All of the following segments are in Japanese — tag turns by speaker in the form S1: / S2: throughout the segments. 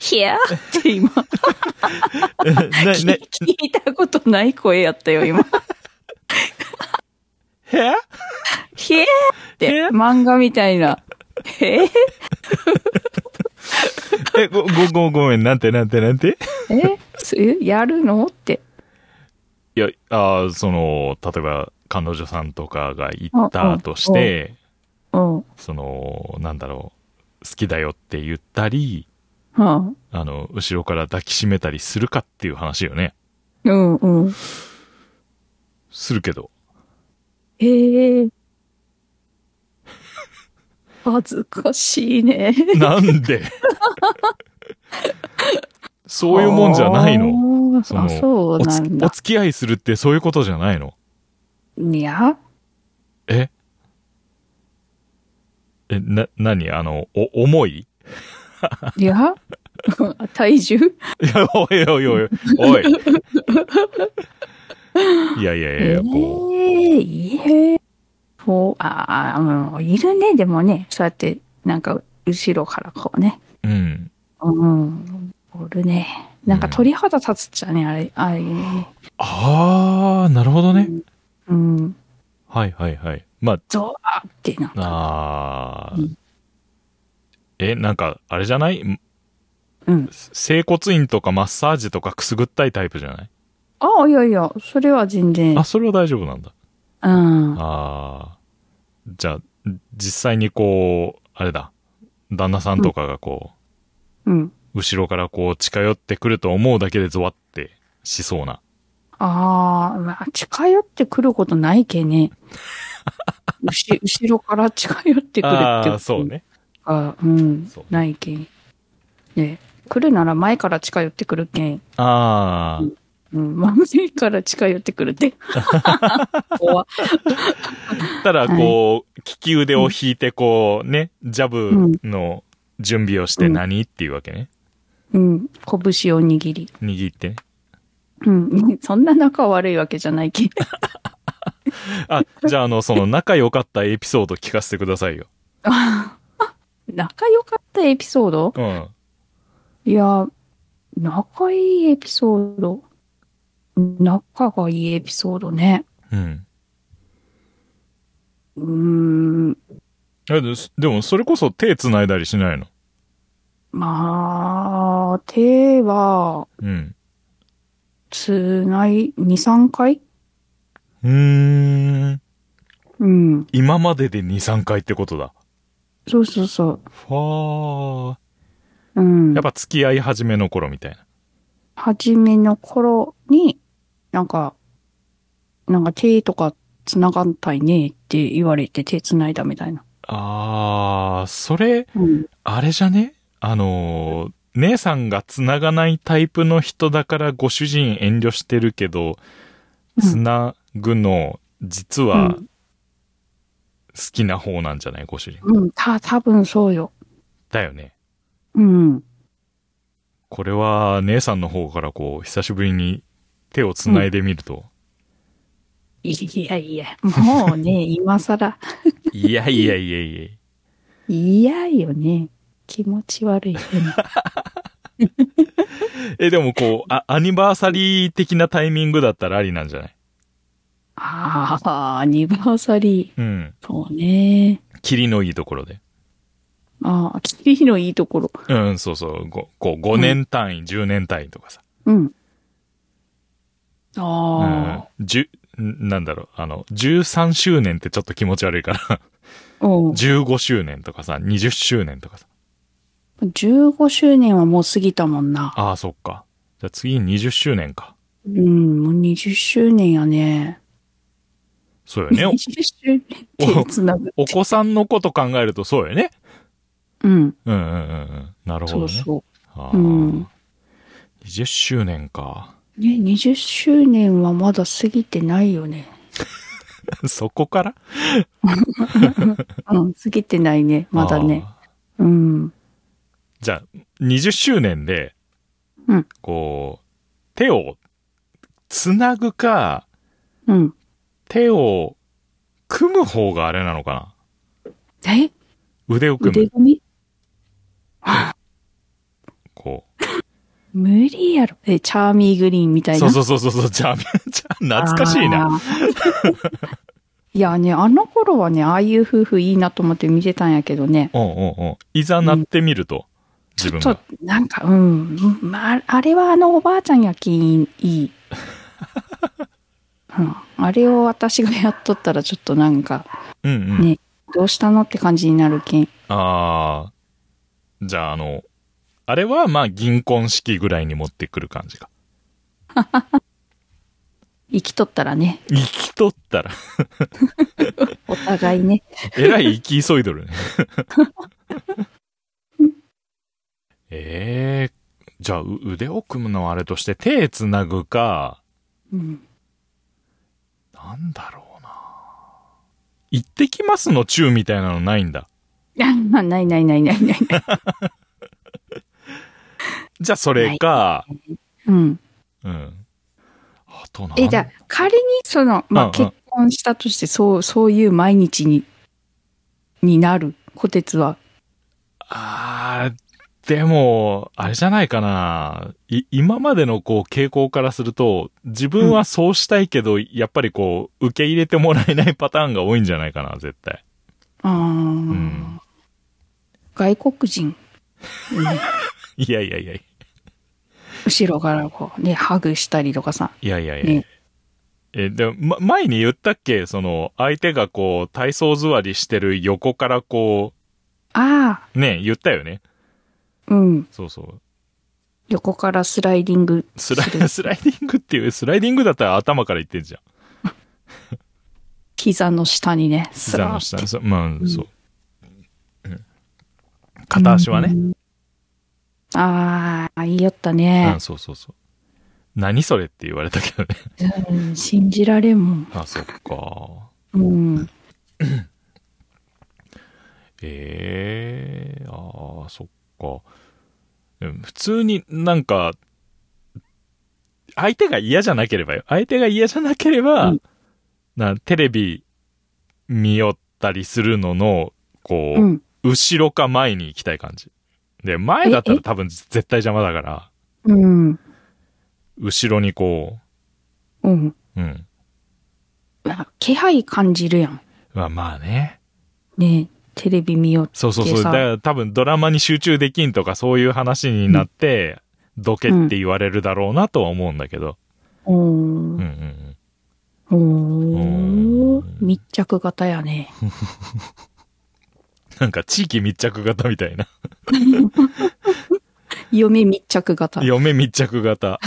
S1: here? って今、
S2: え な
S1: 聞
S2: ね、
S1: いたことない声やったよ、今。
S2: へ
S1: here? って
S2: へ
S1: 漫画みたい な。え
S2: え、ご、ご、ご、ごめん、なんて、なんて、なんて
S1: えすやるのって。
S2: いや、あーその、例えば、彼女さんとかが言ったとして、
S1: うん。は
S2: その、なんだろう、好きだよって言ったり、
S1: あ、
S2: あの、後ろから抱きしめたりするかっていう話よね。
S1: うんうん。
S2: するけ ど。
S1: へえ。恥ずかしいね。
S2: なんで そういうもんじゃないの。
S1: の
S2: その
S1: あ、そう
S2: お
S1: な
S2: つ
S1: ん
S2: お
S1: だ。
S2: 付き合いするってそういうことじゃないの。
S1: にゃ
S2: ええ、な、なにあの、お、重い
S1: い や体重
S2: いや、おいおいおい、おい。いやいやいやいや、こう。
S1: ええええそう、ああ、うん、いるね、でもね、そうやって、なんか、後ろからこうね。
S2: うん。
S1: うん、おるね。なんか鳥肌立つっちゃね、あれ、ああいうのね。
S2: あー、なるほどね。
S1: うん、
S2: はいはいはい。まあ、
S1: ゾワーってなんか。
S2: あ
S1: う
S2: ー
S1: ん。
S2: え、なんか、あれじゃないん
S1: うん。
S2: 整骨院とかマッサージとかくすぐったいタイプじゃない
S1: ああ、いやいや、それは全然
S2: あ、。それは大丈夫なんだ。
S1: うん。
S2: あー。じゃあ、実際にこう、あれだ。旦那さんとかがこ
S1: うん。
S2: う、後ろからこう近寄ってくると思うだけでゾワってしそうな。
S1: ああ、まあ、近寄ってくることないけ ね。うし後ろから近寄ってくるっ
S2: あ
S1: て
S2: あー、そう。ね。
S1: あうん
S2: そう。
S1: ないけん。ね。来るなら前から近寄ってくるけん。
S2: ああ、
S1: うん。前から近寄ってくるって。怖
S2: ただこう、利き腕を引いてこうね、ジャブの準備をして
S1: うん
S2: 何っていうわけね。
S1: うん。拳を握り。
S2: 握ってね。
S1: うん。そんな仲悪いわけじゃないけん。
S2: あ、じゃああの、その仲良かったエピソード聞かせてくださいよ。
S1: 仲良かったエピソード
S2: うん。
S1: いや、仲いいエピソード。仲がいいエピソードね。
S2: うん。
S1: うーん。
S2: えででも、それこそ手繋いだりしないの
S1: まあ、手は、
S2: うん。
S1: つない、2、3回
S2: うーん。
S1: うん。
S2: 今までで2、3回ってことだ。
S1: そうそうそう。
S2: ふわー。
S1: うん。
S2: やっぱ付き合い始めの頃みたいな。
S1: 初めの頃に、なんか、なんか手とか繋がんたいねって言われて手繋いだみたいな。
S2: あー、それ、
S1: うん。
S2: あれじゃねあのー姉さんが繋がないタイプの人だからご主人遠慮してるけど、繋ぐの、実は、
S1: う
S2: 好きな方なんじゃないご主人。
S1: うん、た、多分そうよ。
S2: だよね。
S1: うん。
S2: これは、姉さんの方からこう、久しぶりに手を繋いでみると、
S1: いやいや、もう ね、今更。
S2: いやいやいやいや
S1: 嫌よね。気持ち悪 いよね。
S2: え、でもこう、あ、アニバーサリー的なタイミングだったらありなんじゃない
S1: ああ、アニバーサリ
S2: うん。
S1: ー。そうね。
S2: キリのいいところで。
S1: ああ、キリのいいところ。
S2: うん、そうそう。ごこう、5年単位、10年単位とかさ。
S1: うん。
S2: う
S1: あ
S2: ん。十、んなんだろう、あの、13周年ってちょっと気持ち悪いから、
S1: あ、うん。
S2: 15周年とかさ、20周年とかさ。
S1: 15周年はもう過ぎたもんな。
S2: ああ、そっか。じゃあ次20周年か。
S1: うん、もう20周年やね。
S2: そうよね。
S1: 20周年手つなぐ。
S2: おお子さんのこと考えるとそうよね。
S1: うん、
S2: うんうんうんうん。なるほ
S1: そ
S2: どね。
S1: うそ
S2: あ
S1: う。うん
S2: ー。20周年か。
S1: ね、20周年はまだ過ぎてないよね。
S2: そこから
S1: うん、過ぎてないね。まだね。。
S2: あー
S1: うん。
S2: じゃあ、20周年で、
S1: うん
S2: こう、手を、つなぐか、
S1: うん。
S2: 手を、組む方があれなのか
S1: え
S2: な腕を組む
S1: 腕。組み
S2: こう。
S1: 無理やろ。え、チャーミーグリーンみたいな。
S2: そうそうそうそうそう、じ ゃあ、じゃあ、懐かしいな。
S1: あー。いやね、あの頃はね、ああいう夫婦いいなと思って見てたんやけどね。
S2: うんうんうん。いざなってみると、自分
S1: ちょっ
S2: が。
S1: と、なんか、うん。まあ、あれはあのおばあちゃんやきんいい。 うん。あれを私がやっとったら、ちょっとなんか、
S2: うんうん。
S1: ねどうしたのって感じになるけん。
S2: ああ。じゃあ、あの、あれは、まあ、銀婚式ぐらいに持ってくる感じか。
S1: 生きとったらね、
S2: 生きとっ たら、
S1: お互いね。
S2: えらい生き急いどるね。 ええじゃあ、う腕を組むのはあれとして、手つなぐか、
S1: うん。
S2: なんだろうな。行ってきますのチューみたいなのないんだ。
S1: ないないないないないない。
S2: じゃあ、それか、
S1: うん。
S2: うん。あとなん
S1: え、じゃあ、仮にその、ま
S2: う
S1: あ、
S2: んうん
S1: 結婚したとして、そう、そういう毎日に、になる、虎鉄は。
S2: あーでも、あれじゃないかな。い、今までのこう傾向からすると、自分はそうしたいけど、やっぱりこう、受け入れてもらえないパターンが多いんじゃないかな、絶対。
S1: ああ、
S2: ん
S1: 外国人。うん
S2: いやいやいやい
S1: 後ろからこう、ね、ハグしたりとかさ。
S2: やいやいやいや
S1: ね。
S2: え、でも、ま、前に言ったっけその、相手がこう、体操座りしてる横からこ
S1: あ
S2: う、ね、言ったよね。
S1: あ、うん。
S2: そうそう。
S1: 横からスライディング。
S2: スライ、スライディングっていう、スライディングだったら頭から言ってんじゃん。
S1: 膝の下にね、ス
S2: 膝
S1: ラ
S2: の
S1: ー
S2: 下
S1: って
S2: にそうまあ、そう。片足はね。
S1: ああ、言いよった
S2: う
S1: ね
S2: ん、。そうそうそう。何それって言われたけどね。
S1: うん、信じられんもん。
S2: あ、そっか。
S1: うん。
S2: ええああ、そっか。でも普通になんか、相手が嫌じゃなければよ。相手が嫌じゃなければ、
S1: うん
S2: なテレビ見よったりするのの、こう、
S1: うん。
S2: 後ろか前に行きたい感じ。で、前だった
S1: え
S2: ら
S1: え
S2: 多分絶対邪魔だから。
S1: うん。
S2: 後ろにこ
S1: うん。
S2: う、うん。
S1: なんか気配感じるやん。
S2: まあまあね。
S1: ねテレビ見よって
S2: そうそうそう。だ
S1: さ
S2: から多分ドラマに集中できんとかそういう話になって、どけって言われるだろうなとは思うんだけど。
S1: お
S2: う
S1: ー
S2: んうんうん。
S1: おー
S2: うん
S1: 密着型やね。
S2: なんか地域密着型みた いな。
S1: 嫁密着型。
S2: 嫁密着型。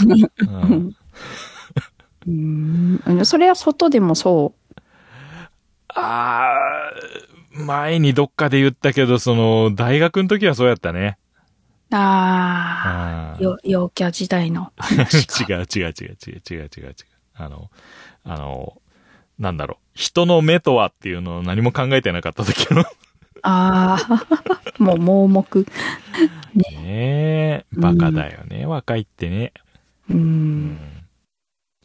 S2: うん
S1: うん。それは外でもそ
S2: あー、前にどっかで言ったけど、その、大学の時はそうやったね。
S1: う。あ
S2: あ
S1: あ。
S2: ー
S1: よ、陽キャ時代の話か。
S2: 違う違う違う違う違う違う違う。あの、あの、なんだろう。人の目とはっていうのを何も考えてなかった時の
S1: ああ、 もう盲目。
S2: ねえ、バカだよね、若いってね。
S1: う。
S2: うん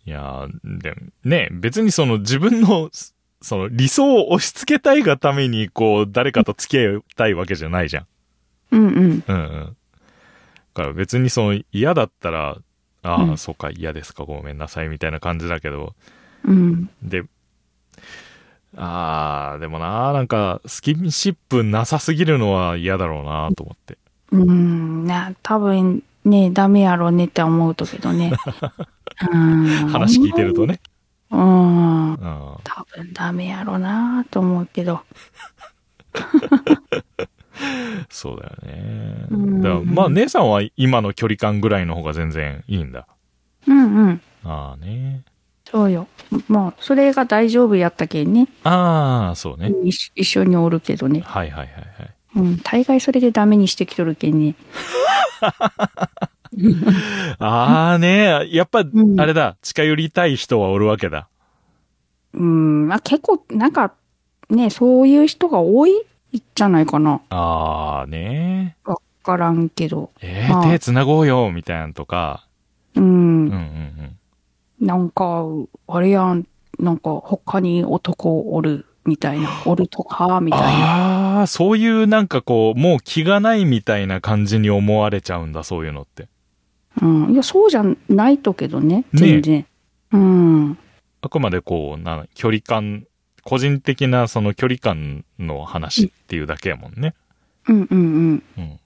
S2: いやーでもね、別にその自分の、そその理想を押し付けたいがために、こう、誰かと付き合いたいわけじゃないじゃん。
S1: うんうん。
S2: うんうん。だから別にその嫌だったら、ああ、
S1: うん
S2: そうか、嫌ですか、ごめんなさい、みたいな感じだけど、
S1: うん。
S2: で、ああ、でもな、なんか、スキンシップなさすぎるのは嫌だろうな、と思って。
S1: うん。な、多分ね、ダメやろうねって思うとけどね。話
S2: 話聞いてると。ね。
S1: うん。
S2: うん。
S1: 多分ダメやろなと思うけど。
S2: そうだよね。
S1: うん
S2: だからまあ、姉さんは今の距離感ぐらいの方が全然いいんだ。
S1: うんうん。
S2: ああね。
S1: そうよ。もう、それが大丈夫やったけんね。
S2: ああ、そうね。
S1: 一一緒におるけどね。
S2: はいはいはいはい。
S1: うん。大概それでダメにしてきとるけんね。
S2: ああね、やっぱ、
S1: ん
S2: あれだ、近寄りたい人はおるわけだ。
S1: うん。まあ結構、なんか、ね、そういう人が多いじゃないかな。
S2: ああね。
S1: わからんけど。
S2: え
S1: あ
S2: ー、
S1: あ
S2: 手繋ごうよ、みたいなのとか。
S1: う
S2: うん
S1: ん
S2: う。んうん。
S1: なんか、あれやん、なんか、他に男おる、みたいな、おるとか、みたいな。
S2: ああ、そういうなんかこう、もう気がないみたいな感じに思われちゃうんだ、そういうのって。
S1: うん。いや、そうじゃないとけどね、
S2: え
S1: 全然。うん。
S2: あくまでこう、な、距離感、個人的なその距離感の話っていうだけやもんね。
S1: うんうんうん。
S2: うん。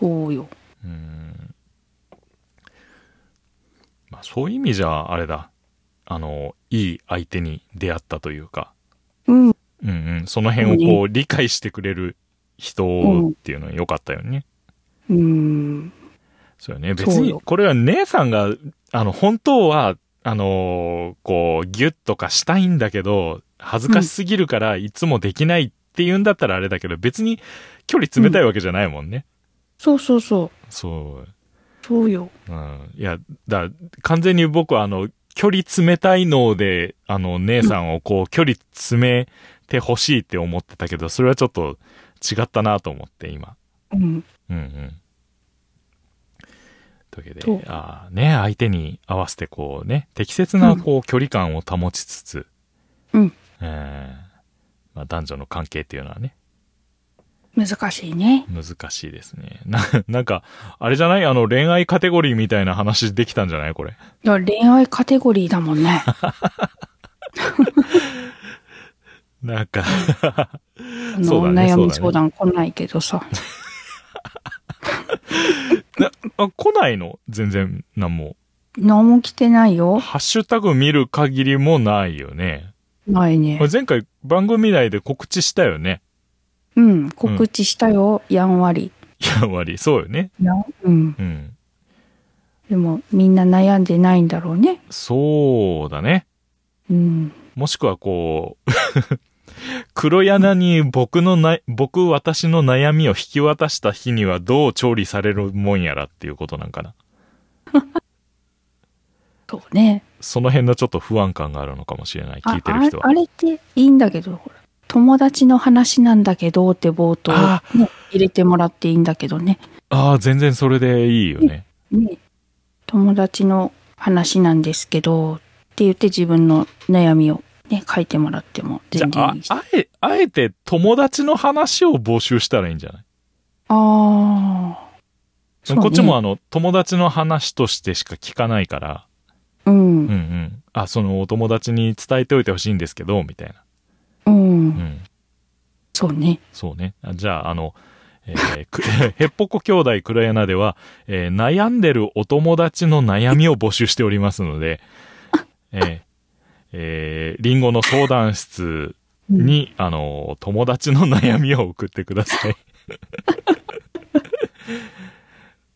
S1: そうよ。
S2: うん。まあそういう意味じゃ、あれだ。あの、いい相手に出会ったというか、
S1: うん。
S2: うんうん、その辺をこう、理解してくれる人っていうのは良かったよね。
S1: うん。
S2: そうよね。
S1: そう
S2: 別
S1: よ
S2: に、これは姉さんが、あの、本当は、あのーこう、ギュッとかしたいんだけど、恥ずかしすぎるから、いつもできないって言うんだったらあれだけど、別に距離冷たいわけじゃないもんね。
S1: そうそうそ。
S2: そう
S1: そうよ。
S2: う。うん。いや、だ、完全に僕はあの、距離冷たいので、あの、姉さんをこう、距離詰めてほしいって思ってたけど、それはちょっと違ったなと思って、今。
S1: うん。
S2: うんうん。というわけ
S1: そう
S2: で、ああ、ね、相手に合わせてこうね、適切な
S1: うん
S2: こう距離感を保ちつつ、
S1: うん。
S2: えーまあ、男女の関係っていうのはね、
S1: 難しいね。
S2: 難しいですね。な、 なんか、あれじゃないあの恋愛カテゴリーみたいな話できたんじゃないこれ。
S1: いや、恋愛カテゴリーだもん ね。
S2: なんか、
S1: あ
S2: そ
S1: の、
S2: う
S1: お
S2: だね
S1: 悩み
S2: そう
S1: 相
S2: だ
S1: 談来ないけどさ。
S2: あ、来ないの全然、なんも。
S1: 何も来てないよ。
S2: ハッシュタグ見る限りもないよね。
S1: ないね
S2: こ。れ前回番組内で告知したよね。
S1: うん。告知したよ。やんわり。
S2: やんわり。そうよね。
S1: やんうん。
S2: うん。
S1: でも、みんな悩んでないんだろうね。
S2: そうだね。
S1: うん。
S2: もしくはこう、 黒柳に僕のな、僕私の悩みを引き渡した日にはどう調理されるもんやらっていうことなんかな。
S1: そうね。
S2: その辺のちょっと不安感があるのかもしれない、聞いてる人
S1: ああ
S2: は。
S1: あれっていいんだけど、ほら友達の話なんだけどって冒頭
S2: あ
S1: ね入れてもらっていいんだけどね
S2: ああ、全然それでいいよね。
S1: ね友達の話なんですけどって言って自分の悩みをね、書いてもらっても
S2: じゃ
S1: 全然
S2: あ
S1: いいし。、あ
S2: あえ、あえて友達の話を募集したらいいんじゃない
S1: あー。そうね
S2: こっちもあの、友達の話としてしか聞かないから、
S1: う、
S2: うんうんん。あ、そのお友達に伝えておいてほしいんですけど、みたいな。
S1: う、
S2: うんん。
S1: そうね。
S2: そうね。あじゃあ、あの、えーく へっぽこ兄弟黒柳では、えー悩んでるお友達の悩みを募集しておりますので、 えーえーリンゴの相談室に、あの、友達の悩みを送ってください。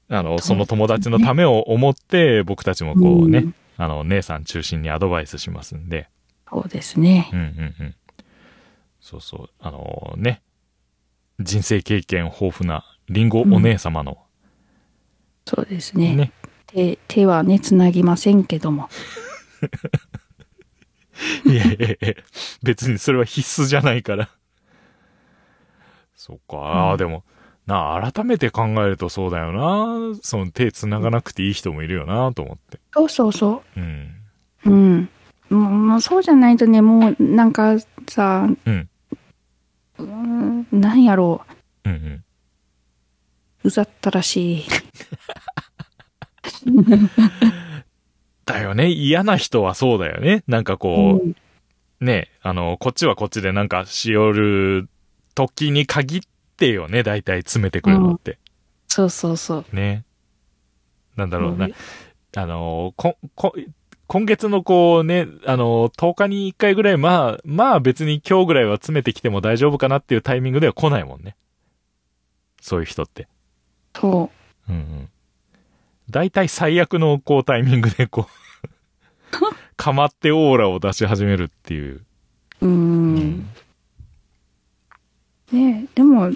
S2: あの、その友達のためを思って、僕たちもこうね、
S1: うん
S2: あの、姉さん中心にアドバイスしますんで、
S1: そうですね
S2: う。んうんうん。そうそう。あのね。人生経験豊富なリンゴお姉様の、
S1: そうですね。
S2: ね。
S1: 手手はね、つなぎませんけども。
S2: いやいやいや別にそれは必須じゃないから。そっか。あ
S1: う
S2: あ、
S1: ん
S2: でも、なあ、改めて考えるとそうだよな。その手繋がなくていい人もいるよな、と思って。
S1: そうそうそう。
S2: うん。
S1: うん。もうもうそうじゃないとね、もうなんかさ、
S2: うん
S1: うーん。なんやろ
S2: うんうん。
S1: う、うざったらしい。
S2: だよね。嫌な人はそうだよね。なんかこう、
S1: うん
S2: ね、あの、こっちはこっちでなんかしよる時に限ってよね、大体詰めてくるのって。
S1: そうそうそう。
S2: ね。なんだろう
S1: う。
S2: なんあの、こ、こ、今月のこうね、あの、10日に1回ぐらい、まあ、まあ別に今日ぐらいは詰めてきても大丈夫かなっていうタイミングでは来ないもんね。そういう人って。
S1: そ
S2: うんうん。大体最悪のこうタイミングでこう、 かまってオーラを出し始めるっていう。
S1: う。う。。
S2: うん
S1: ねえでも、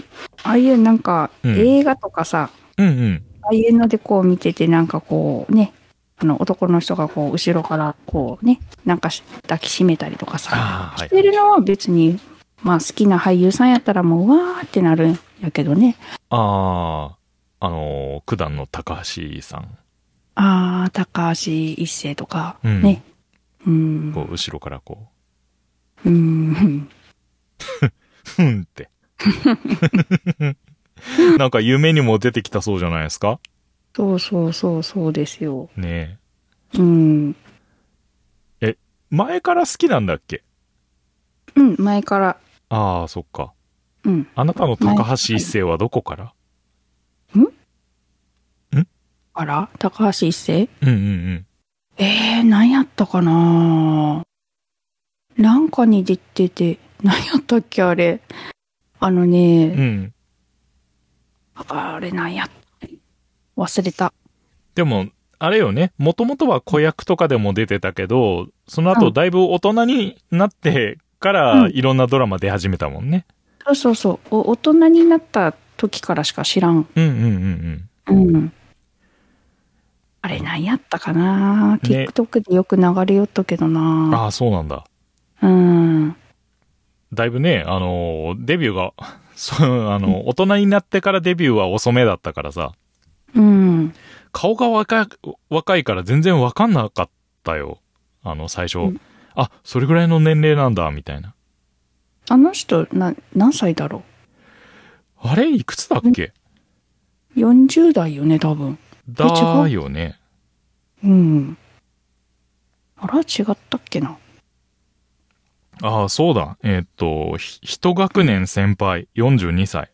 S1: ああいうなんか、
S2: うん
S1: 映画とかさ、
S2: うんうん。
S1: ああいうのでこう見てて、なんかこうね、あの男の人がこう後ろからこうね、なんかし抱きしめたりとかさ、
S2: ああ、はい
S1: し。てるのは別に、まあ好きな俳優さんやったらもううわーってなるんやけどね。
S2: ああ、あのー九段の高橋さん。
S1: ああ、高橋一生とか、
S2: うん
S1: ね。うん。
S2: こう、後ろからこ
S1: うん。
S2: う、ふん って。なんか夢にも出てきたそうじゃないですか
S1: そうそうそう、そうですよ。
S2: ね
S1: うん。
S2: え。前から好きなんだっけ
S1: うん、前から。
S2: ああ、そっか。
S1: うん。
S2: あなたの高橋一生はどこから
S1: あら高橋一生
S2: うんうんうん。
S1: えー、何やったかななんかに出てて、何やったっけあれ。あの
S2: う
S1: ね、
S2: ん。
S1: あれ何やった忘れた。
S2: でも、あれよね。もともとは子役とかでも出てたけど、その
S1: う
S2: 後
S1: ん
S2: だいぶ大人になってから、
S1: うん
S2: いろんなドラマ出始めたもんね。
S1: そうそうそう。お大人になった時からしか知らん。
S2: うんうんうんうん。
S1: うん。あれ何やったかな、
S2: ね
S1: ?TikTok でよく流れよったけどな
S2: ああ、そうなんだ。
S1: うん。
S2: だいぶね、あのー、デビューが、 そう、あの、大人になってからデビューは遅めだったからさ、
S1: うん。
S2: 顔が若い、若いから全然わかんなかったよ。あの、最初。
S1: うん
S2: あ、それぐらいの年齢なんだ、みたいな。
S1: あの人、な、何歳だろ
S2: あれいくつだっけ
S1: う ?40 代よね、多分。
S2: だーよね。
S1: うん。あら、違ったっけな。
S2: ああ、そうだ。えーっと、ひ一学年先輩、42歳。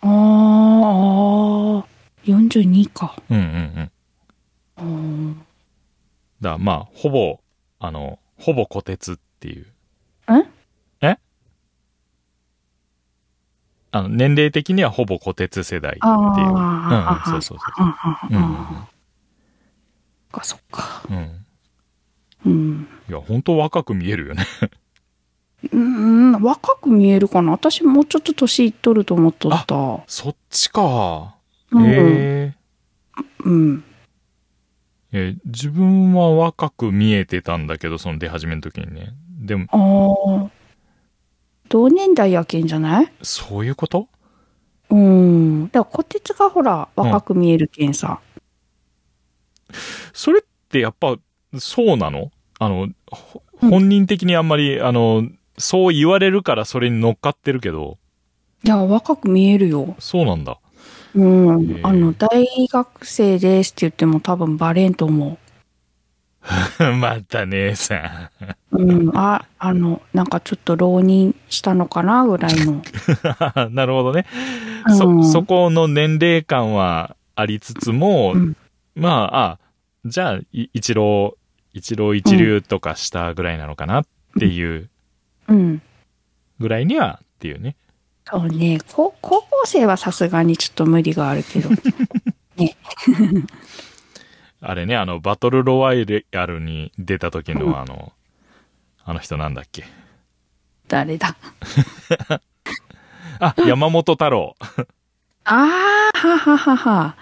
S1: あーあー、42か。
S2: うんうんうん。
S1: あー
S2: だ、まあ、ほぼ、あの、ほぼ虎鉄っていう。
S1: え
S2: えあの、年齢的にはほぼ虎鉄世代っていう。うん
S1: あ、ー、
S2: そうそうそ
S1: あ
S2: う。
S1: あ、
S2: うんうん
S1: ああ、か、そっか。
S2: うん、うん。
S1: うん。
S2: いや、本当若く見えるよね。
S1: うん、若く見えるかな。私もうちょっと年いっとると思っとった。
S2: そっちか。
S1: うん、
S2: え
S1: うん。
S2: ええ自分は若く見えてたんだけど、その出始めの時にね。でも、
S1: ああ。同年代やけんじゃない
S2: そういうこと
S1: うん。だから、こてつがほら、若く見えるけんさ。
S2: それってやっぱ、そうなのあの、ほ
S1: うん
S2: 本人的にあんまり、あの、そう言われるからそれに乗っかってるけど、
S1: いや、若く見えるよ。
S2: そうなんだ。
S1: うん
S2: へえ。
S1: あの、大学生ですって言っても多分バレんと思
S2: また姉さ
S1: う。うん。あ、あの、なんかちょっと浪人したのかなぐらいの。
S2: ん。 なるほどね。
S1: う
S2: そ、
S1: ん
S2: そこの年齢感はありつつも、
S1: うん
S2: まあ、あ、じゃあ、い一郎、一郎一流とかしたぐらいなのかなっていう
S1: うん。
S2: ぐらいにはっていうね。
S1: そうね。こ高校生はさすがにちょっと無理がある けど。
S2: あれね、あの、バトルロワイヤルに出た時のあの、あの人なんだっけ。
S1: 誰だ。
S2: あ、山本太郎。
S1: あー、はははは。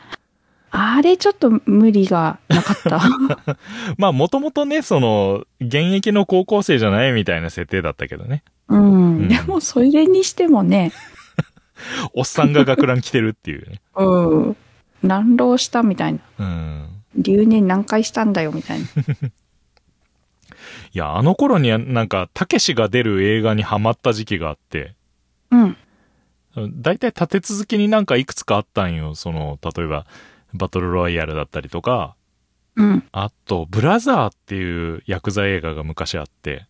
S1: あれちょっと無理がなかった。
S2: まあ、もともとね、その、現役の高校生じゃないみたいな設定だったけどね。
S1: うん。
S2: うん
S1: でも、それにしてもね、
S2: おっさんが学ラン着てるっていうね。
S1: うん。難浪したみたいな。
S2: うん。
S1: 留年何回したんだよみ たいな。
S2: いや、あの頃にはなんか、たけしが出る映画にハマった時期があって、
S1: うん。
S2: だいたい立て続けになんかいくつかあったんよ。その、例えば、バトルロワイヤルだったりとか、
S1: うん。
S2: あと、ブラザーっていうヤクザ映画が昔あって、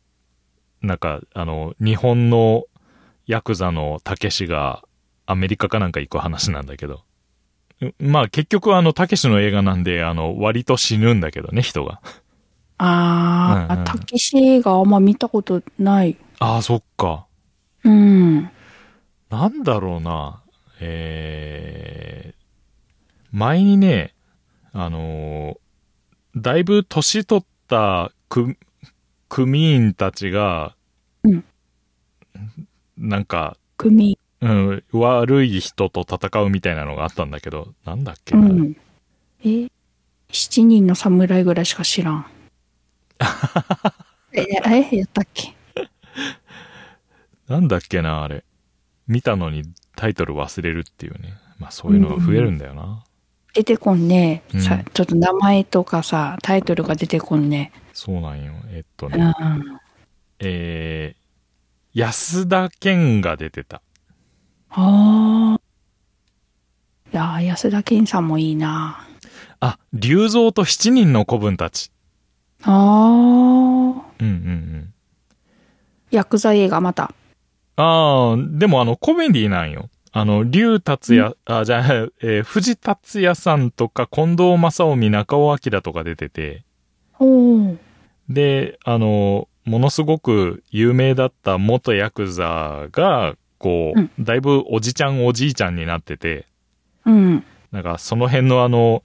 S2: なんか、あの、日本のヤクザのたけしがアメリカかなんか行く話なんだけど。うまあ結局あの、たけしの映画なんで、あの、割と死ぬんだけどね、人が。
S1: あ
S2: うんうん
S1: ー、たけし映画あんま見たことない。
S2: ああ、そっか。
S1: うん。
S2: なんだろうな。えー、前にね、あのーだいぶ年取った組、組員たちが、
S1: うん
S2: なんか、
S1: 組。
S2: うん、悪い人と戦うみたいなのがあったんだけど、なんだっけ
S1: う
S2: な、
S1: ん。え、七人の侍ぐらいしか知 らん。え、え、やったっけ
S2: なんだっけな、あれ。見たのにタイトル忘れるっていうね。まあそういうのが増えるんだよな。
S1: 出てこんね。
S2: う
S1: さ
S2: ん、
S1: ちょっと名前とかさ、タイトルが出てこんね。
S2: そうなんよ。えっと
S1: う
S2: ね。
S1: ん。
S2: えー、安田健が出てた。
S1: ああ。いやー安田健さんもいいな。
S2: あ、竜蔵と七人の子分たち。
S1: ああ。
S2: うんうんうん。
S1: ヤクザ映画また。
S2: ああ、でもあの、コメディなんよ。あの、竜達也、あ、じゃあ、 えー藤達也さんとか、近藤正臣、中尾明とか出てて、
S1: おお。
S2: で、あの、ものすごく有名だった元ヤクザが、こう、
S1: うん
S2: だいぶおじちゃんおじいちゃんになってて、
S1: うん。
S2: なんかその辺のあの、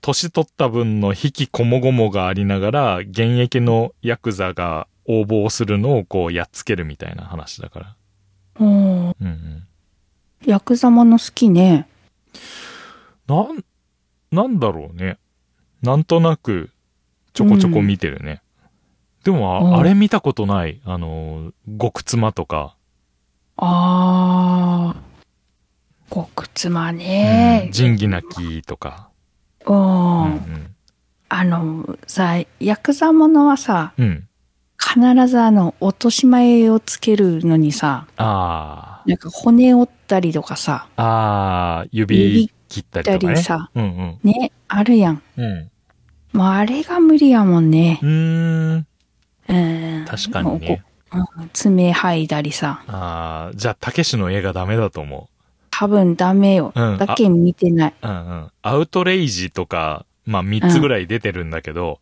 S2: 年取った分の引きこもごもがありながら、現役のヤクザが横暴するのをこうやっつけるみたいな話だから。
S1: おお。
S2: うんうん。
S1: ヤクザもの好きね。
S2: なん、なんだろうね。なんとなく、ちょこちょこ見てるね。でも
S1: うん
S2: あ、あれ見たことない。あの、極妻とか、
S1: ああ。極妻
S2: う
S1: ね
S2: ん。仁義なきとか。
S1: うん
S2: う。ん
S1: あの、さ、ヤクザものはさ、
S2: うん。うん。
S1: 必ずあの、落とし前をつけるのにさ、
S2: あ
S1: なんか骨折ったりとかさ、
S2: あ。ああ、指切ったり
S1: た
S2: とか
S1: り
S2: ね。
S1: さ、
S2: うん
S1: ね、あるやん。
S2: うん。うん。
S1: もうあれが無理やもんね
S2: う。ーん。
S1: うん。
S2: 確か
S1: も
S2: に
S1: うこ
S2: ね。
S1: ううん爪剥いだりさ。
S2: ああ、じゃあ、たけしの絵がダメだと思
S1: 多分ダメよ。
S2: うん
S1: だけ見てない。
S2: う。うんうん。アウトレイジとか、まあ3つぐらい出てるんだけど、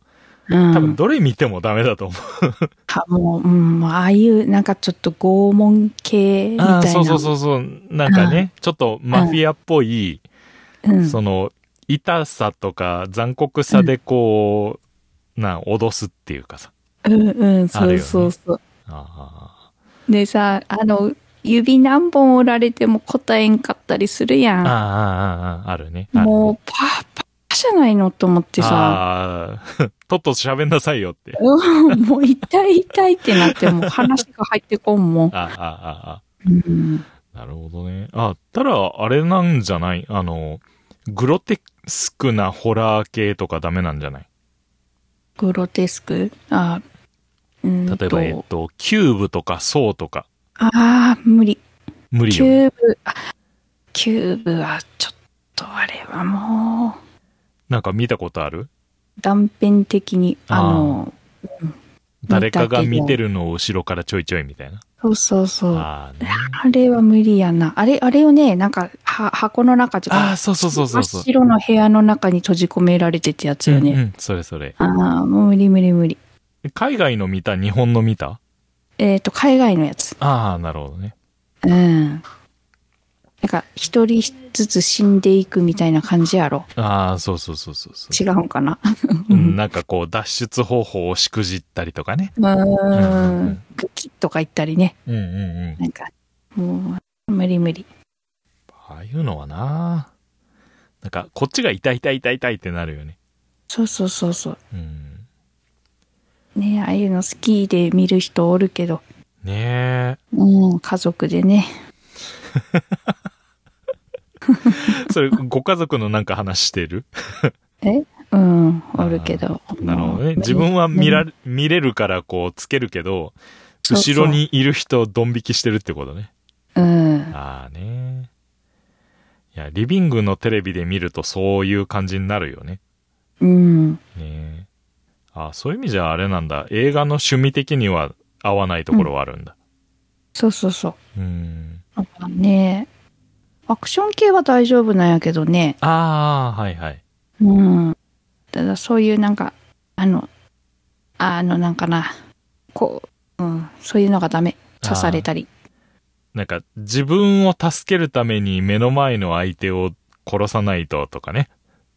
S1: う
S2: 多分
S1: ん。
S2: どれ見てもダメだと思う。
S1: はもう、うん、もうああいう、なんかちょっと拷問系みたい
S2: あ
S1: な。
S2: あ、そうそうそうそう。なんかね、ちょっとマフィアっぽい、
S1: うん。
S2: その、痛さとか残酷さでこう、なん、脅すっていうかさ。
S1: うんうん、
S2: あ
S1: そ
S2: るよ
S1: う
S2: ね
S1: そうそう。
S2: あ
S1: でさ、あの、指何本折られても答えんかったりするや
S2: あ、ああ、
S1: ん。
S2: ああ、あるね。あるね
S1: もう、パーパーじゃないのと思ってさ、
S2: あ あ、とっとと喋んなさいよって。
S1: うん もう痛い痛いってなって、もう話が入ってこんもん。
S2: ああ、ああ、
S1: うん、
S2: なるほどね。あ、たら、あれなんじゃないあの、グロテスクなホラー系とかダメなんじゃない
S1: グロテスクあうん
S2: 例え
S1: と
S2: ば、えっと、キューブとかソーとか、
S1: ああ、無理。
S2: 無理
S1: キ
S2: よ、ね。
S1: ューブ、あ、キューブはちょっとあれはも
S2: なんか見たことある
S1: う、断片的に、あの、
S2: 誰かが見
S1: 見たけ
S2: て
S1: ど
S2: るのを後ろからちょいちょいみたいな。
S1: そうそうそう。あ
S2: ああ、ね。
S1: れは無理やな。あれ、あれをね、なんか、は、箱の中とか
S2: あ、あ、そうそうそうそうそ
S1: 真
S2: う
S1: っ。白の部屋の中に閉じ込められてってやつよ
S2: うんう
S1: ね。
S2: ん、それそれ。
S1: ああ、もう無理無理無理。
S2: 海外の見た日本の見た
S1: えっ、と、海外のやつ。
S2: ああ、なるほどね。
S1: うん。なんか、一人ずつ死んでいくみたいな感じやろ。
S2: ああ、そうそうそうそうそう。
S1: 違うんかな。
S2: うん、なんかこう、脱出方法をしくじったりとかね。
S1: う
S2: うんう
S1: ー
S2: ん
S1: ん。グキッとか言ったりね。
S2: うんうんうん。
S1: なんか、もう、無理無理。
S2: ああいうのはな、なんか、こっちが痛い痛い痛い痛いってなるよね。
S1: そうそうそうそう。
S2: うん。
S1: ねああいうの好きで見る人おるけど、
S2: ね
S1: うん、家族でね。
S2: え。それ、ご家族のなんか話してる
S1: えうん、おるけど。
S2: なるほどね。
S1: もう
S2: 自分は見られ、見れるからこう、つけるけど、
S1: そうそう
S2: 後ろにいる人をドン引きしてるってことね。
S1: うん。
S2: ああね。いや、リビングのテレビで見るとそういう感じになるよね。
S1: うん。
S2: ねえ。ああ、そういう意味じゃあれなんだ。映画の趣味的には合わないところはあるんだ。
S1: そうそうそう。
S2: うん。
S1: なんかね、アクション系は大丈夫なんやけどね。
S2: ああ、はいはい。
S1: うん。ただそういうなんか、あの、あのなんかな、こう、うん、そういうのがダメ。刺されたり。
S2: なんか、自分を助けるために目の前の相手を殺さないととかね。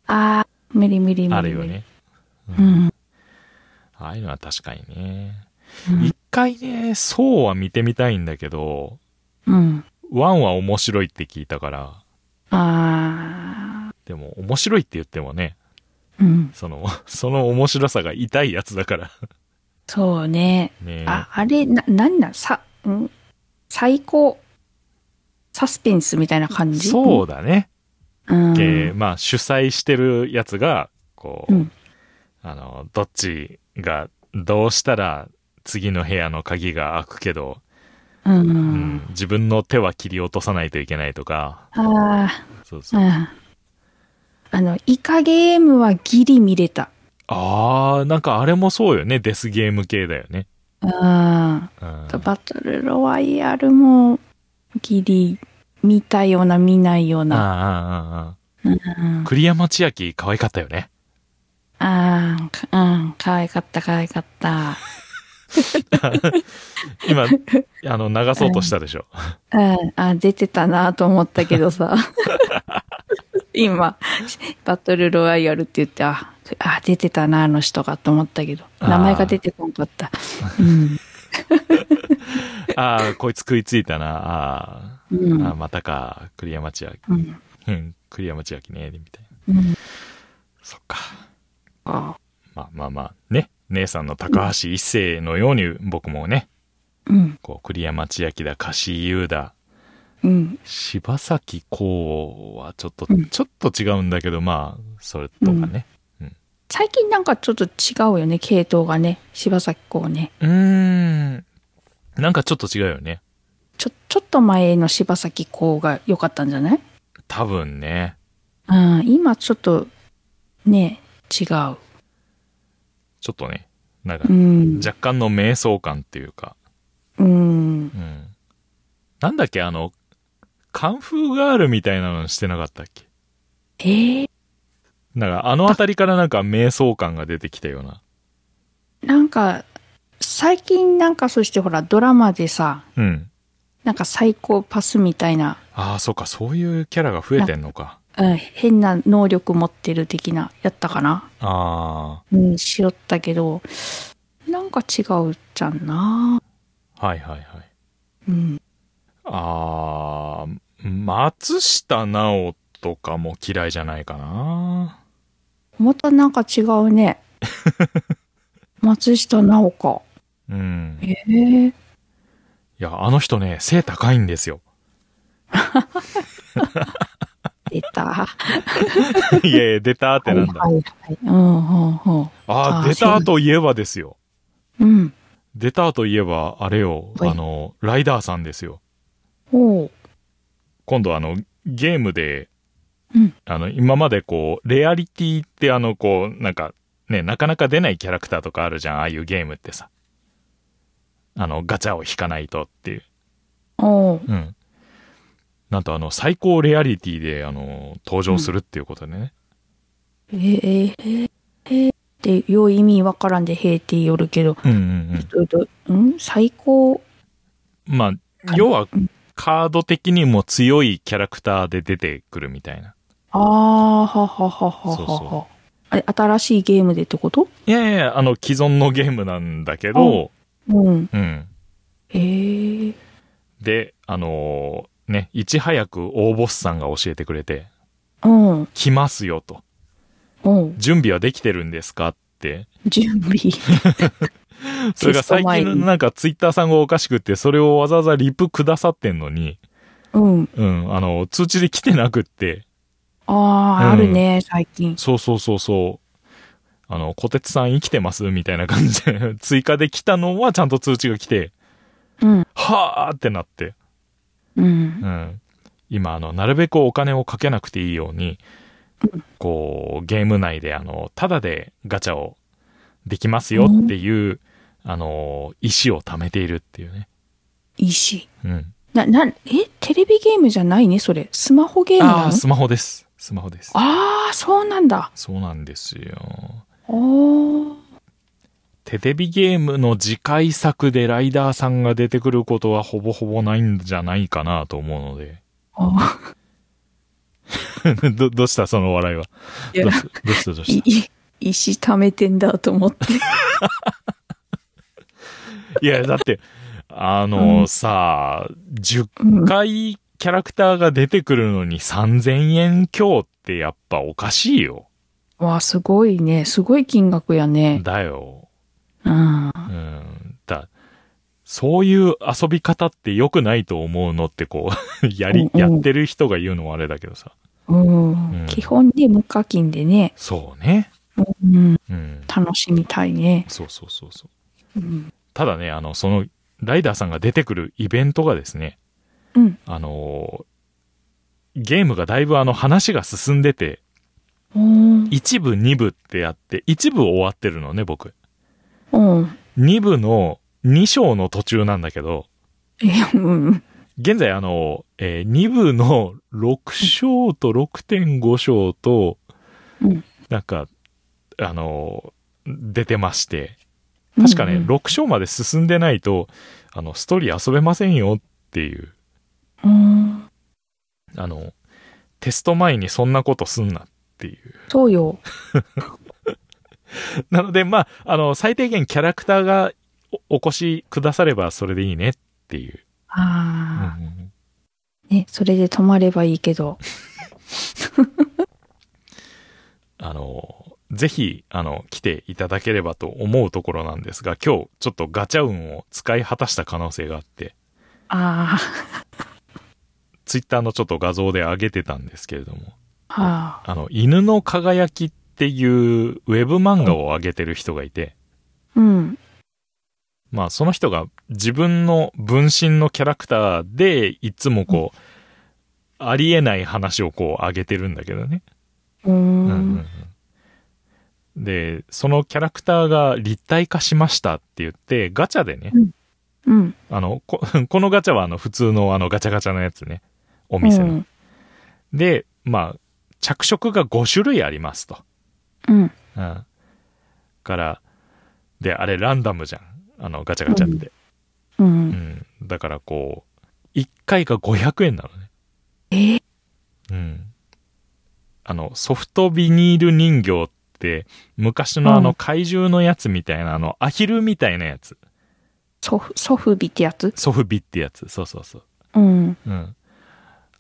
S1: ああー、無理無理無理無理。
S2: あるよ。ね。
S1: うん。
S2: ああいうのは確かにね。
S1: うん
S2: 一回ね、そうは見てみたいんだけど、
S1: うん。
S2: ワンは面白いって聞いたから、
S1: ああ、
S2: でも面白いって言ってもね、
S1: うん。
S2: その、 その面白さが痛いやつ だから。
S1: そうね。
S2: ね
S1: あ、あれ、な、なんなんさ、ん最高、サスペンスみたいな感じ
S2: そうだね。
S1: うん。
S2: えーまあ、主催してるやつが、こう、
S1: うん
S2: あの、どっちが、どうしたら次の部屋の鍵が開くけど、
S1: うん。
S2: うん自分の手は切り落とさないといけないとか、
S1: ああ、
S2: そうそうう。
S1: ん。ああの、イカゲームはギリ見れた。
S2: あー、なんかあれもそうよね。デスゲーム系だよね。
S1: うん。
S2: うん
S1: とバトルロワイヤルもギリ見たような見ないような。
S2: あ
S1: う
S2: あ
S1: ん、
S2: 栗山千明可愛かったよね。
S1: あーかうん、可愛かった可愛かった。
S2: 今、あの、流そうとしたでしょ。
S1: うん、あ、出てたなと思ったけど さ。今、バトルロワイヤルって言って、あ、あ出てたな、あの人がと思ったけど。
S2: あー
S1: 名前が出てこなかった。うん。
S2: ああ、こいつ食いついたな。あー、
S1: うん
S2: あーまたか。栗山千明。
S1: うん。
S2: うん、栗山千明ね。みたいな。
S1: うん。
S2: そっか。
S1: あ
S2: まあまあまあ、ね。姉さんの高橋一生のように僕もね、
S1: うん。
S2: こう、栗山千明だ、柏優だ、
S1: うん。
S2: 柴崎公はちょっと、
S1: うん
S2: ちょっと違うんだけど、まあ、それとかね。
S1: 最近なんかちょっと違うよね、系統がね。柴咲コウね。
S2: うーん。なんかちょっと違うよね。
S1: ちょ、ちょっと前の柴咲コウが良かったんじゃない
S2: 多分ね。
S1: うん。今ちょっと、ね、違う。
S2: ちょっとね。なんか
S1: う、ん。
S2: 若干の瞑想感っていうか。
S1: うん。
S2: うん。なんだっけ、あの、カンフーガールみたいなのしてなかったっけ
S1: ええ
S2: なんか、あのあたりからなんか瞑想感が出てきたような。
S1: なんか、最近なんかそしてほら、ドラマでさ、
S2: うん。
S1: なんか最高パスみたいな、
S2: ああ、そうか、そういうキャラが増えてんのか。
S1: うん、変な能力持ってる的な、やったかな
S2: あ
S1: うん、しよったけど、なんか違うじゃんな
S2: あ、はいはいはい。
S1: うん。
S2: ああ、松下奈緒とかも嫌いじゃないかな。
S1: またなんか違う ね。松下奈緒か。
S2: うん。
S1: ええ
S2: いや、あの人ね、背高いんで すよ。
S1: 出た。
S2: いやいや、出たーってなんだ。
S1: はいはいはい。うん、うん、うん。
S2: あ
S1: あ
S2: あ、
S1: ー
S2: 出たーといえばですよ。
S1: うん。
S2: 出たーといえば、あれよ、
S1: はい
S2: あの、ライダーさんですよ。
S1: おう。
S2: 今度あの、ゲームで、
S1: うん
S2: あの、今までこう、レアリティってあの、こう、なんか、ね、なかなか出ないキャラクターとかあるじゃん、ああいうゲームってさ。あの、ガチャを引かないとっていう。
S1: おう。
S2: うん。なんとあの、最高レアリティで、あの、登場するっていうことでね。
S1: ええええって、よう意味わからんで、へえって言おるけど、
S2: うんうん
S1: どうどうん最高。
S2: うん。まあ、要は、カード的にも強いキャラクターで出てくるみたいな。
S1: ああ、はははは
S2: そ
S1: は
S2: うそ
S1: は。あれ、新しいゲームでってこと
S2: いやいや、あの、既存のゲームなんだけど、
S1: うん。
S2: うん。
S1: ええ
S2: で、あのーね、いち早く大ボスさんが教えてくれて、
S1: うん、
S2: 来ますよと。
S1: うん。
S2: 準備はできてるんですかって。
S1: 準備。
S2: それ
S1: テ
S2: が最近の
S1: スト前に
S2: なんかツイッターさんがおかしくって、それをわざわざリプくださってんのに、
S1: うん。
S2: うん、あの、通知で来てなくって、
S1: ああ、あるね、最近。
S2: そうそうそうそう。あの、小鉄さん生きてますみたいな感じで、追加で来たのはちゃんと通知が来て、
S1: うん、
S2: はーってなって。
S1: う、
S2: うんん。今、あの、なるべくお金をかけなくていいように、こう、ゲーム内で、あの、ただでガチャをできますよっていう、あの、石を貯めているっていうね。
S1: 石。
S2: うん。
S1: な、な、え、テレビゲームじゃないね、それ。スマホゲーム
S2: あ
S1: な
S2: あ、
S1: の
S2: スマホです。スマホです。
S1: ああ、そうなんだ。
S2: そうなんですよ。
S1: おー。
S2: テレビゲームの次回作でライダーさんが出てくることはほぼほぼないんじゃないかなと思うので。
S1: あ
S2: ど、どうしたその笑いは。
S1: いや
S2: どうしたどうしたどう
S1: い
S2: し
S1: い石貯めてんだと思って。
S2: たいや、だって、あの、
S1: うん
S2: さあ、10
S1: うん
S2: 回キャラクターが出てくるのに3000円強ってやっぱおかしいよ。
S1: わあ、すごいね。すごい金額やね。
S2: だよ。
S1: うん。
S2: うん。だ、そういう遊び方って良くないと思うのってこう、 やり、
S1: うん
S2: や
S1: うん
S2: ってる人が言うのはあれだけどさ。
S1: うん
S2: ん
S1: 基本で無課金でね、
S2: そうね。
S1: うん、
S2: うん。
S1: 楽しみたいね。
S2: そうそうそうそう。
S1: うん。
S2: ただね、あの、その、ライダーさんが出てくるイベントがですね、
S1: うん。
S2: あのーゲームがだいぶあの話が進んでて、
S1: うん。
S2: 一部、二部ってやって、一部終わってるのね、僕。
S1: うん。
S2: 二部の二章の途中なんだけど、
S1: え、うん。
S2: 現在あの、えー、2部の6章と6.5章と、
S1: うん
S2: なんか、あの、出てまして、確かね、
S1: うん
S2: 6章まで進んでないと、あの、ストーリー遊べませんよっていう、
S1: うん。
S2: あの、テスト前にそんなことすんな っていう。
S1: そうよ。
S2: なので、まあ、あの、最低限キャラクターがおお越しくださればそれでいいねっていう。
S1: ああ、
S2: うんうんうん
S1: ね、それで止まればいいけど。
S2: あの、ぜひ、あの、来ていただければと思うところなんですが、今日、ちょっとガチャ運を使い果たした可能性があって、
S1: あ
S2: ツイッターのちょっと画像で上げてたんですけれども、
S1: あ、ああ、
S2: あの、犬の輝きっていうウェブ漫画を上げてる人がいて、
S1: うん。
S2: まあ、その人が自分の分身のキャラクターで、いつもこう、ありえない話をこう上げてるんだけどね。
S1: うー
S2: うんうん
S1: ん。
S2: うんで、そのキャラクターが立体化しましたって言って、ガチャでね、
S1: うん。
S2: あの、こ このガチャはあの普通のあのガチャガチャのやつね。お店の。で、まあ、着色が5種類ありますと。
S1: うん。
S2: うん。から、で、あれランダムじゃん。あのガチャガチャって。
S1: う。
S2: うんん。だからこう、1回が500円なのね。
S1: ええ
S2: うん。あの、ソフトビニール人形って、昔のあ
S1: う
S2: の
S1: ん
S2: 怪獣のやつみたいな、あの、アヒルみたいなやつ。
S1: ソフ、ソフビってやつ
S2: ソフビってやつ。そうそうそう。
S1: うん。
S2: うん。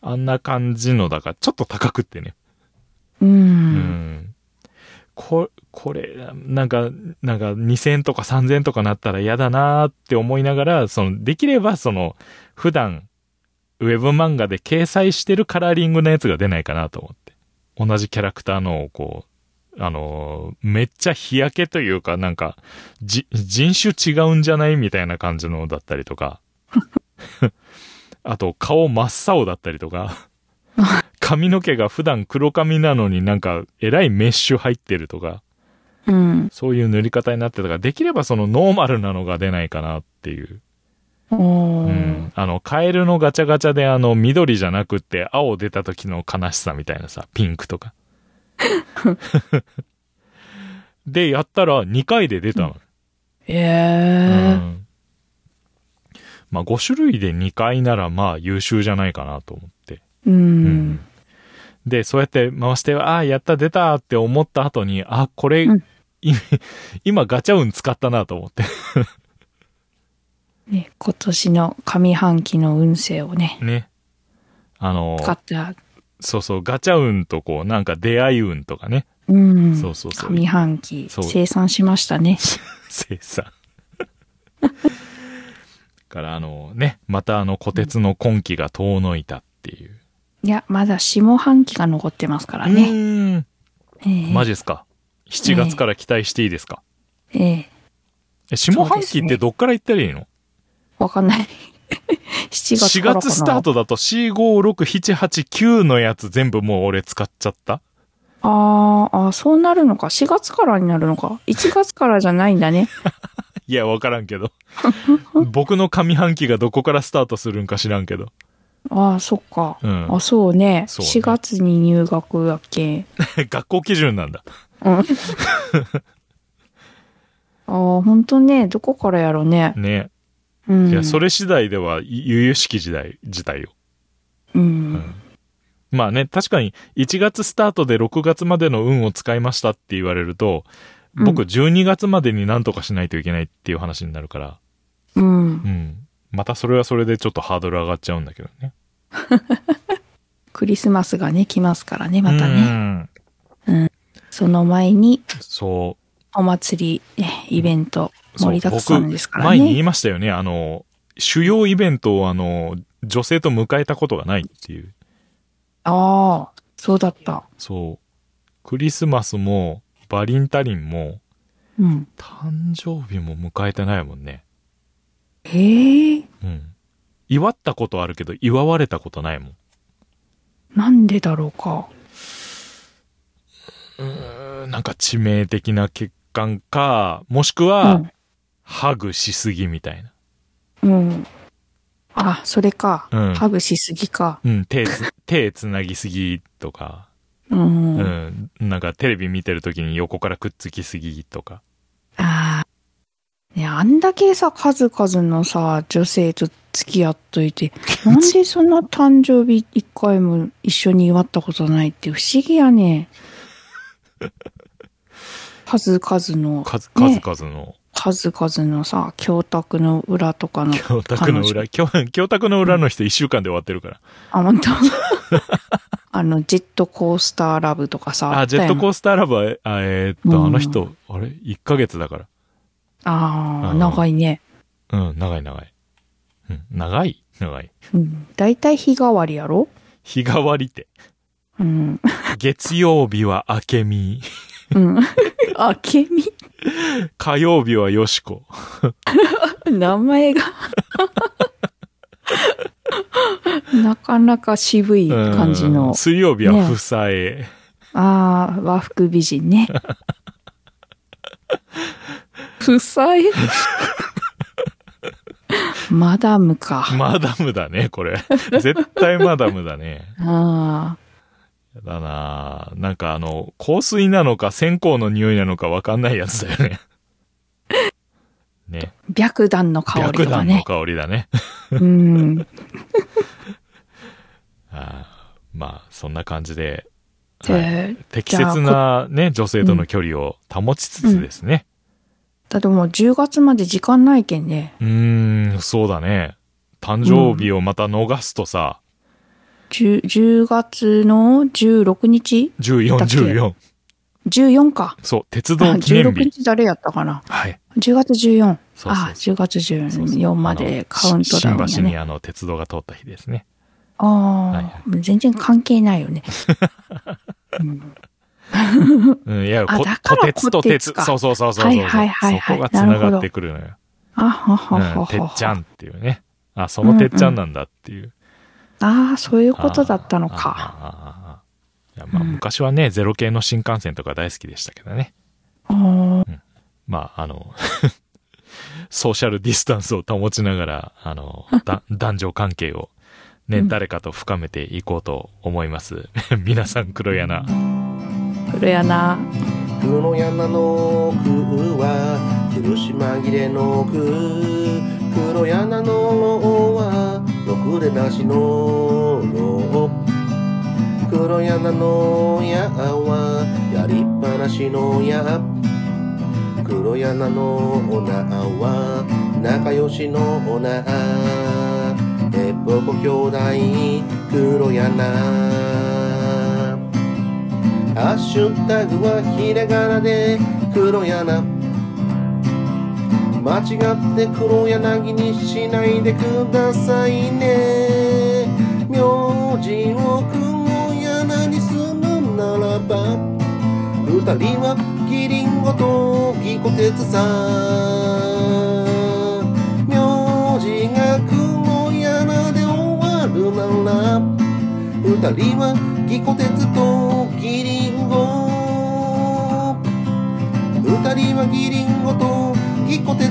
S2: あんな感じの、だから、ちょっと高くってね。
S1: う。
S2: うんん。ここれ、なんか、なんか2000とか3000とかなったら嫌だなーって思いながら、その、できればその、普段、ウェブ漫画で掲載してるカラーリングのやつが出ないかなと思って。同じキャラクターのをこう、あのーめっちゃ日焼けというか、なんか、じ、人種違うんじゃないみたいな感じのだったりとか。 あと、顔真っ青だったりとか。髪の毛が普段黒髪なのになんか、えらいメッシュ入ってるとか、
S1: うん。
S2: そういう塗り方になってたから、できればそのノーマルなのが出ないかなっていう。
S1: お
S2: う
S1: ー
S2: ん。あの、カエルのガチャガチャであの、緑じゃなくって青出た時の悲しさみたいなさ、ピンクとか。 で、やったら2回で出たの。
S1: え
S2: う
S1: え。
S2: ん。まあ、5種類で2回ならまあ優秀じゃないかなと思って。
S1: う
S2: うんん。で、そうやって回して、ああ、やった、出たって思った後に、あ、これ、
S1: うん
S2: い 今ガチャ運使ったなと思って。
S1: ね、今年の上半期の運勢をね、
S2: ね。あの、
S1: 使った。
S2: そうそう、ガチャ運とこう、なんか出会い運とかね。
S1: うん。
S2: そうそうそう。
S1: 上半期、
S2: そう
S1: 生産しましたね。
S2: 生産。だ からあのね、またあの、虎鉄の今期が遠のいたっていう。
S1: いや、まだ下半期が残ってますから
S2: う
S1: ね。
S2: ーん。
S1: ええ
S2: マジですか。7月から期待していいですか。
S1: ええ
S2: え、下半期ってどっから行ったらいいの
S1: わかんない。7月
S2: 4
S1: からかな。
S2: 月スター。トだと456789のやつ全部もう俺使っちゃった
S1: あーあー、そうなるのか。4月からになるのか。1月からじゃないんだ ね。
S2: いや、わからん けど。僕の上半期がどこからスタートするんか知らんけど。
S1: ああ、そっか。
S2: うん
S1: あ、そうね。
S2: そうね
S1: 4月に入学だっけ。
S2: 学校基準なんだ。
S1: うん。ああ、ほんとね。どこからやろうね。
S2: ね。
S1: うん。
S2: いや、それ次第では、ゆゆ々しき時代、時代よ。
S1: う。
S2: うんんまあね、確かに1月スタートで6月までの運を使いましたって言われると、僕
S1: うん
S2: 12月までになんとかしないといけないっていう話になるから、
S1: うん
S2: う。ん。またそれはそれでちょっとハードル上がっちゃうんだけどね。
S1: クリスマスがね、来ますからね、また
S2: う
S1: ね。
S2: ん。
S1: その前に、
S2: そう。
S1: お祭り、ね、イベント、
S2: そう
S1: 盛りだくさんですから
S2: 僕前に言
S1: ね。
S2: いましたよね。あの、主要イベントをあの、女性と迎えたことがないっていう。
S1: ああ、そうだった。
S2: そう。クリスマスも、バリンタリンも、
S1: うん。
S2: 誕生日も迎えてないもんね。
S1: ええ
S2: うん。祝ったことあるけど、祝われたことないもん。
S1: なんでだろうか。
S2: ううーんなんか致命的な欠陥か、もしくは、
S1: うん
S2: ハグしすぎみたいな。
S1: うん。あ、それか。
S2: うん
S1: ハグしすぎか。
S2: うん、手つ、 手つなぎすぎとか、
S1: うん。
S2: うん、なんかテレビ見てる時に横からくっつきすぎとか。
S1: ああ。ね、あんだけさ、数々のさ、女性と付き合っとい て、なんでそんな誕生日一回も一緒に祝ったことないって不思議や ね。数々の、
S2: 数、
S1: ね
S2: 数々 の、
S1: 数々のさ、教託の裏とかの、
S2: 教託の裏、 教、教託の裏の人一週間で終わってるから。
S1: あ、本 当あの、ジェットコースターラブとかさ、
S2: あ、ジェット
S1: ー
S2: コースターラブは、あえーっと、
S1: うん
S2: あの人、あれ ?1 ヶ月だか
S1: ああ、
S2: うん
S1: 長いね。
S2: ら。うん、長い長い。うん、長い長い。
S1: うん。だいたい日替わりやろ
S2: 日替わりって。
S1: うん。
S2: 月曜日は明美。
S1: うん。あけみ
S2: 火曜日はよしこ。
S1: 名前が なかなか渋い感じ
S2: うん
S1: の、
S2: 水曜日はふさえ。
S1: ああ和服美人 ね夫妻マダムか、
S2: マダムだね、こ れ。絶対マダムだね。
S1: あ
S2: やだなぁなんかあの、香水なのか線香の匂いなのかわかんないやつだよ ね。ね。
S1: あ白檀の香り
S2: 白
S1: とか
S2: 檀の
S1: ね
S2: 香りだね。
S1: うん
S2: あーまあ、そんな感じで。
S1: で、
S2: はい適切なね、女性との距離を保ちつつですね。
S1: だってもう10月まで時間ないけんね
S2: うーん、そうだね。誕生日をまた逃すとさ、
S1: 10, 10月の16日
S2: 14、
S1: だっけ
S2: 14。
S1: 14か
S2: そう、鉄
S1: あ
S2: 道記念
S1: 16
S2: 日。
S1: 日誰やったかな
S2: はい。
S1: 10月14
S2: そうそう
S1: あ10月
S2: そうそう
S1: 14までカウントダウン
S2: あのし
S1: や
S2: 新橋に
S1: ね
S2: あの、鉄道が通った日ですね。
S1: ああ、
S2: はいは
S1: 全然関係ないよね、うん
S2: うん、いや、
S1: あ
S2: こ
S1: だから
S2: こてつと
S1: こて
S2: 鉄
S1: つ。か
S2: そうそうそうそうそう。
S1: はいはいはいはい
S2: そこが繋がってくるのよ。
S1: あはは
S2: う
S1: は
S2: ん、てっ
S1: は
S2: ちゃんっていうね。あ、そのてっちゃんなんだっていう。
S1: ああそういうことだったの
S2: あ
S1: か
S2: ああああいやまあ、
S1: うん
S2: 昔はね、ゼロ系の新幹線とか大好きでしたけどね。
S1: あー
S2: まあ、あの、 ソーシャルディスタンスを保ちながら、あの、 だ男女関係をね、
S1: うん
S2: 誰かと深めていこうと思います。 皆さん黒柳。
S1: 黒柳
S3: 黒山の奥は苦し紛れの奥黒柳の王はろくでなしのろ黒柳の矢はやりっぱなしの矢黒柳の女は仲良しの女えっぽこ兄弟黒柳ハッシュタグはひらがなで黒柳間違って黒柳にしないでくださいね名字を黒柳にするならば二人はキリンゴとギコテツさ名字が黒柳で終わるなら二人はギコ鉄とギリンゴ二人はギリンゴとギコ鉄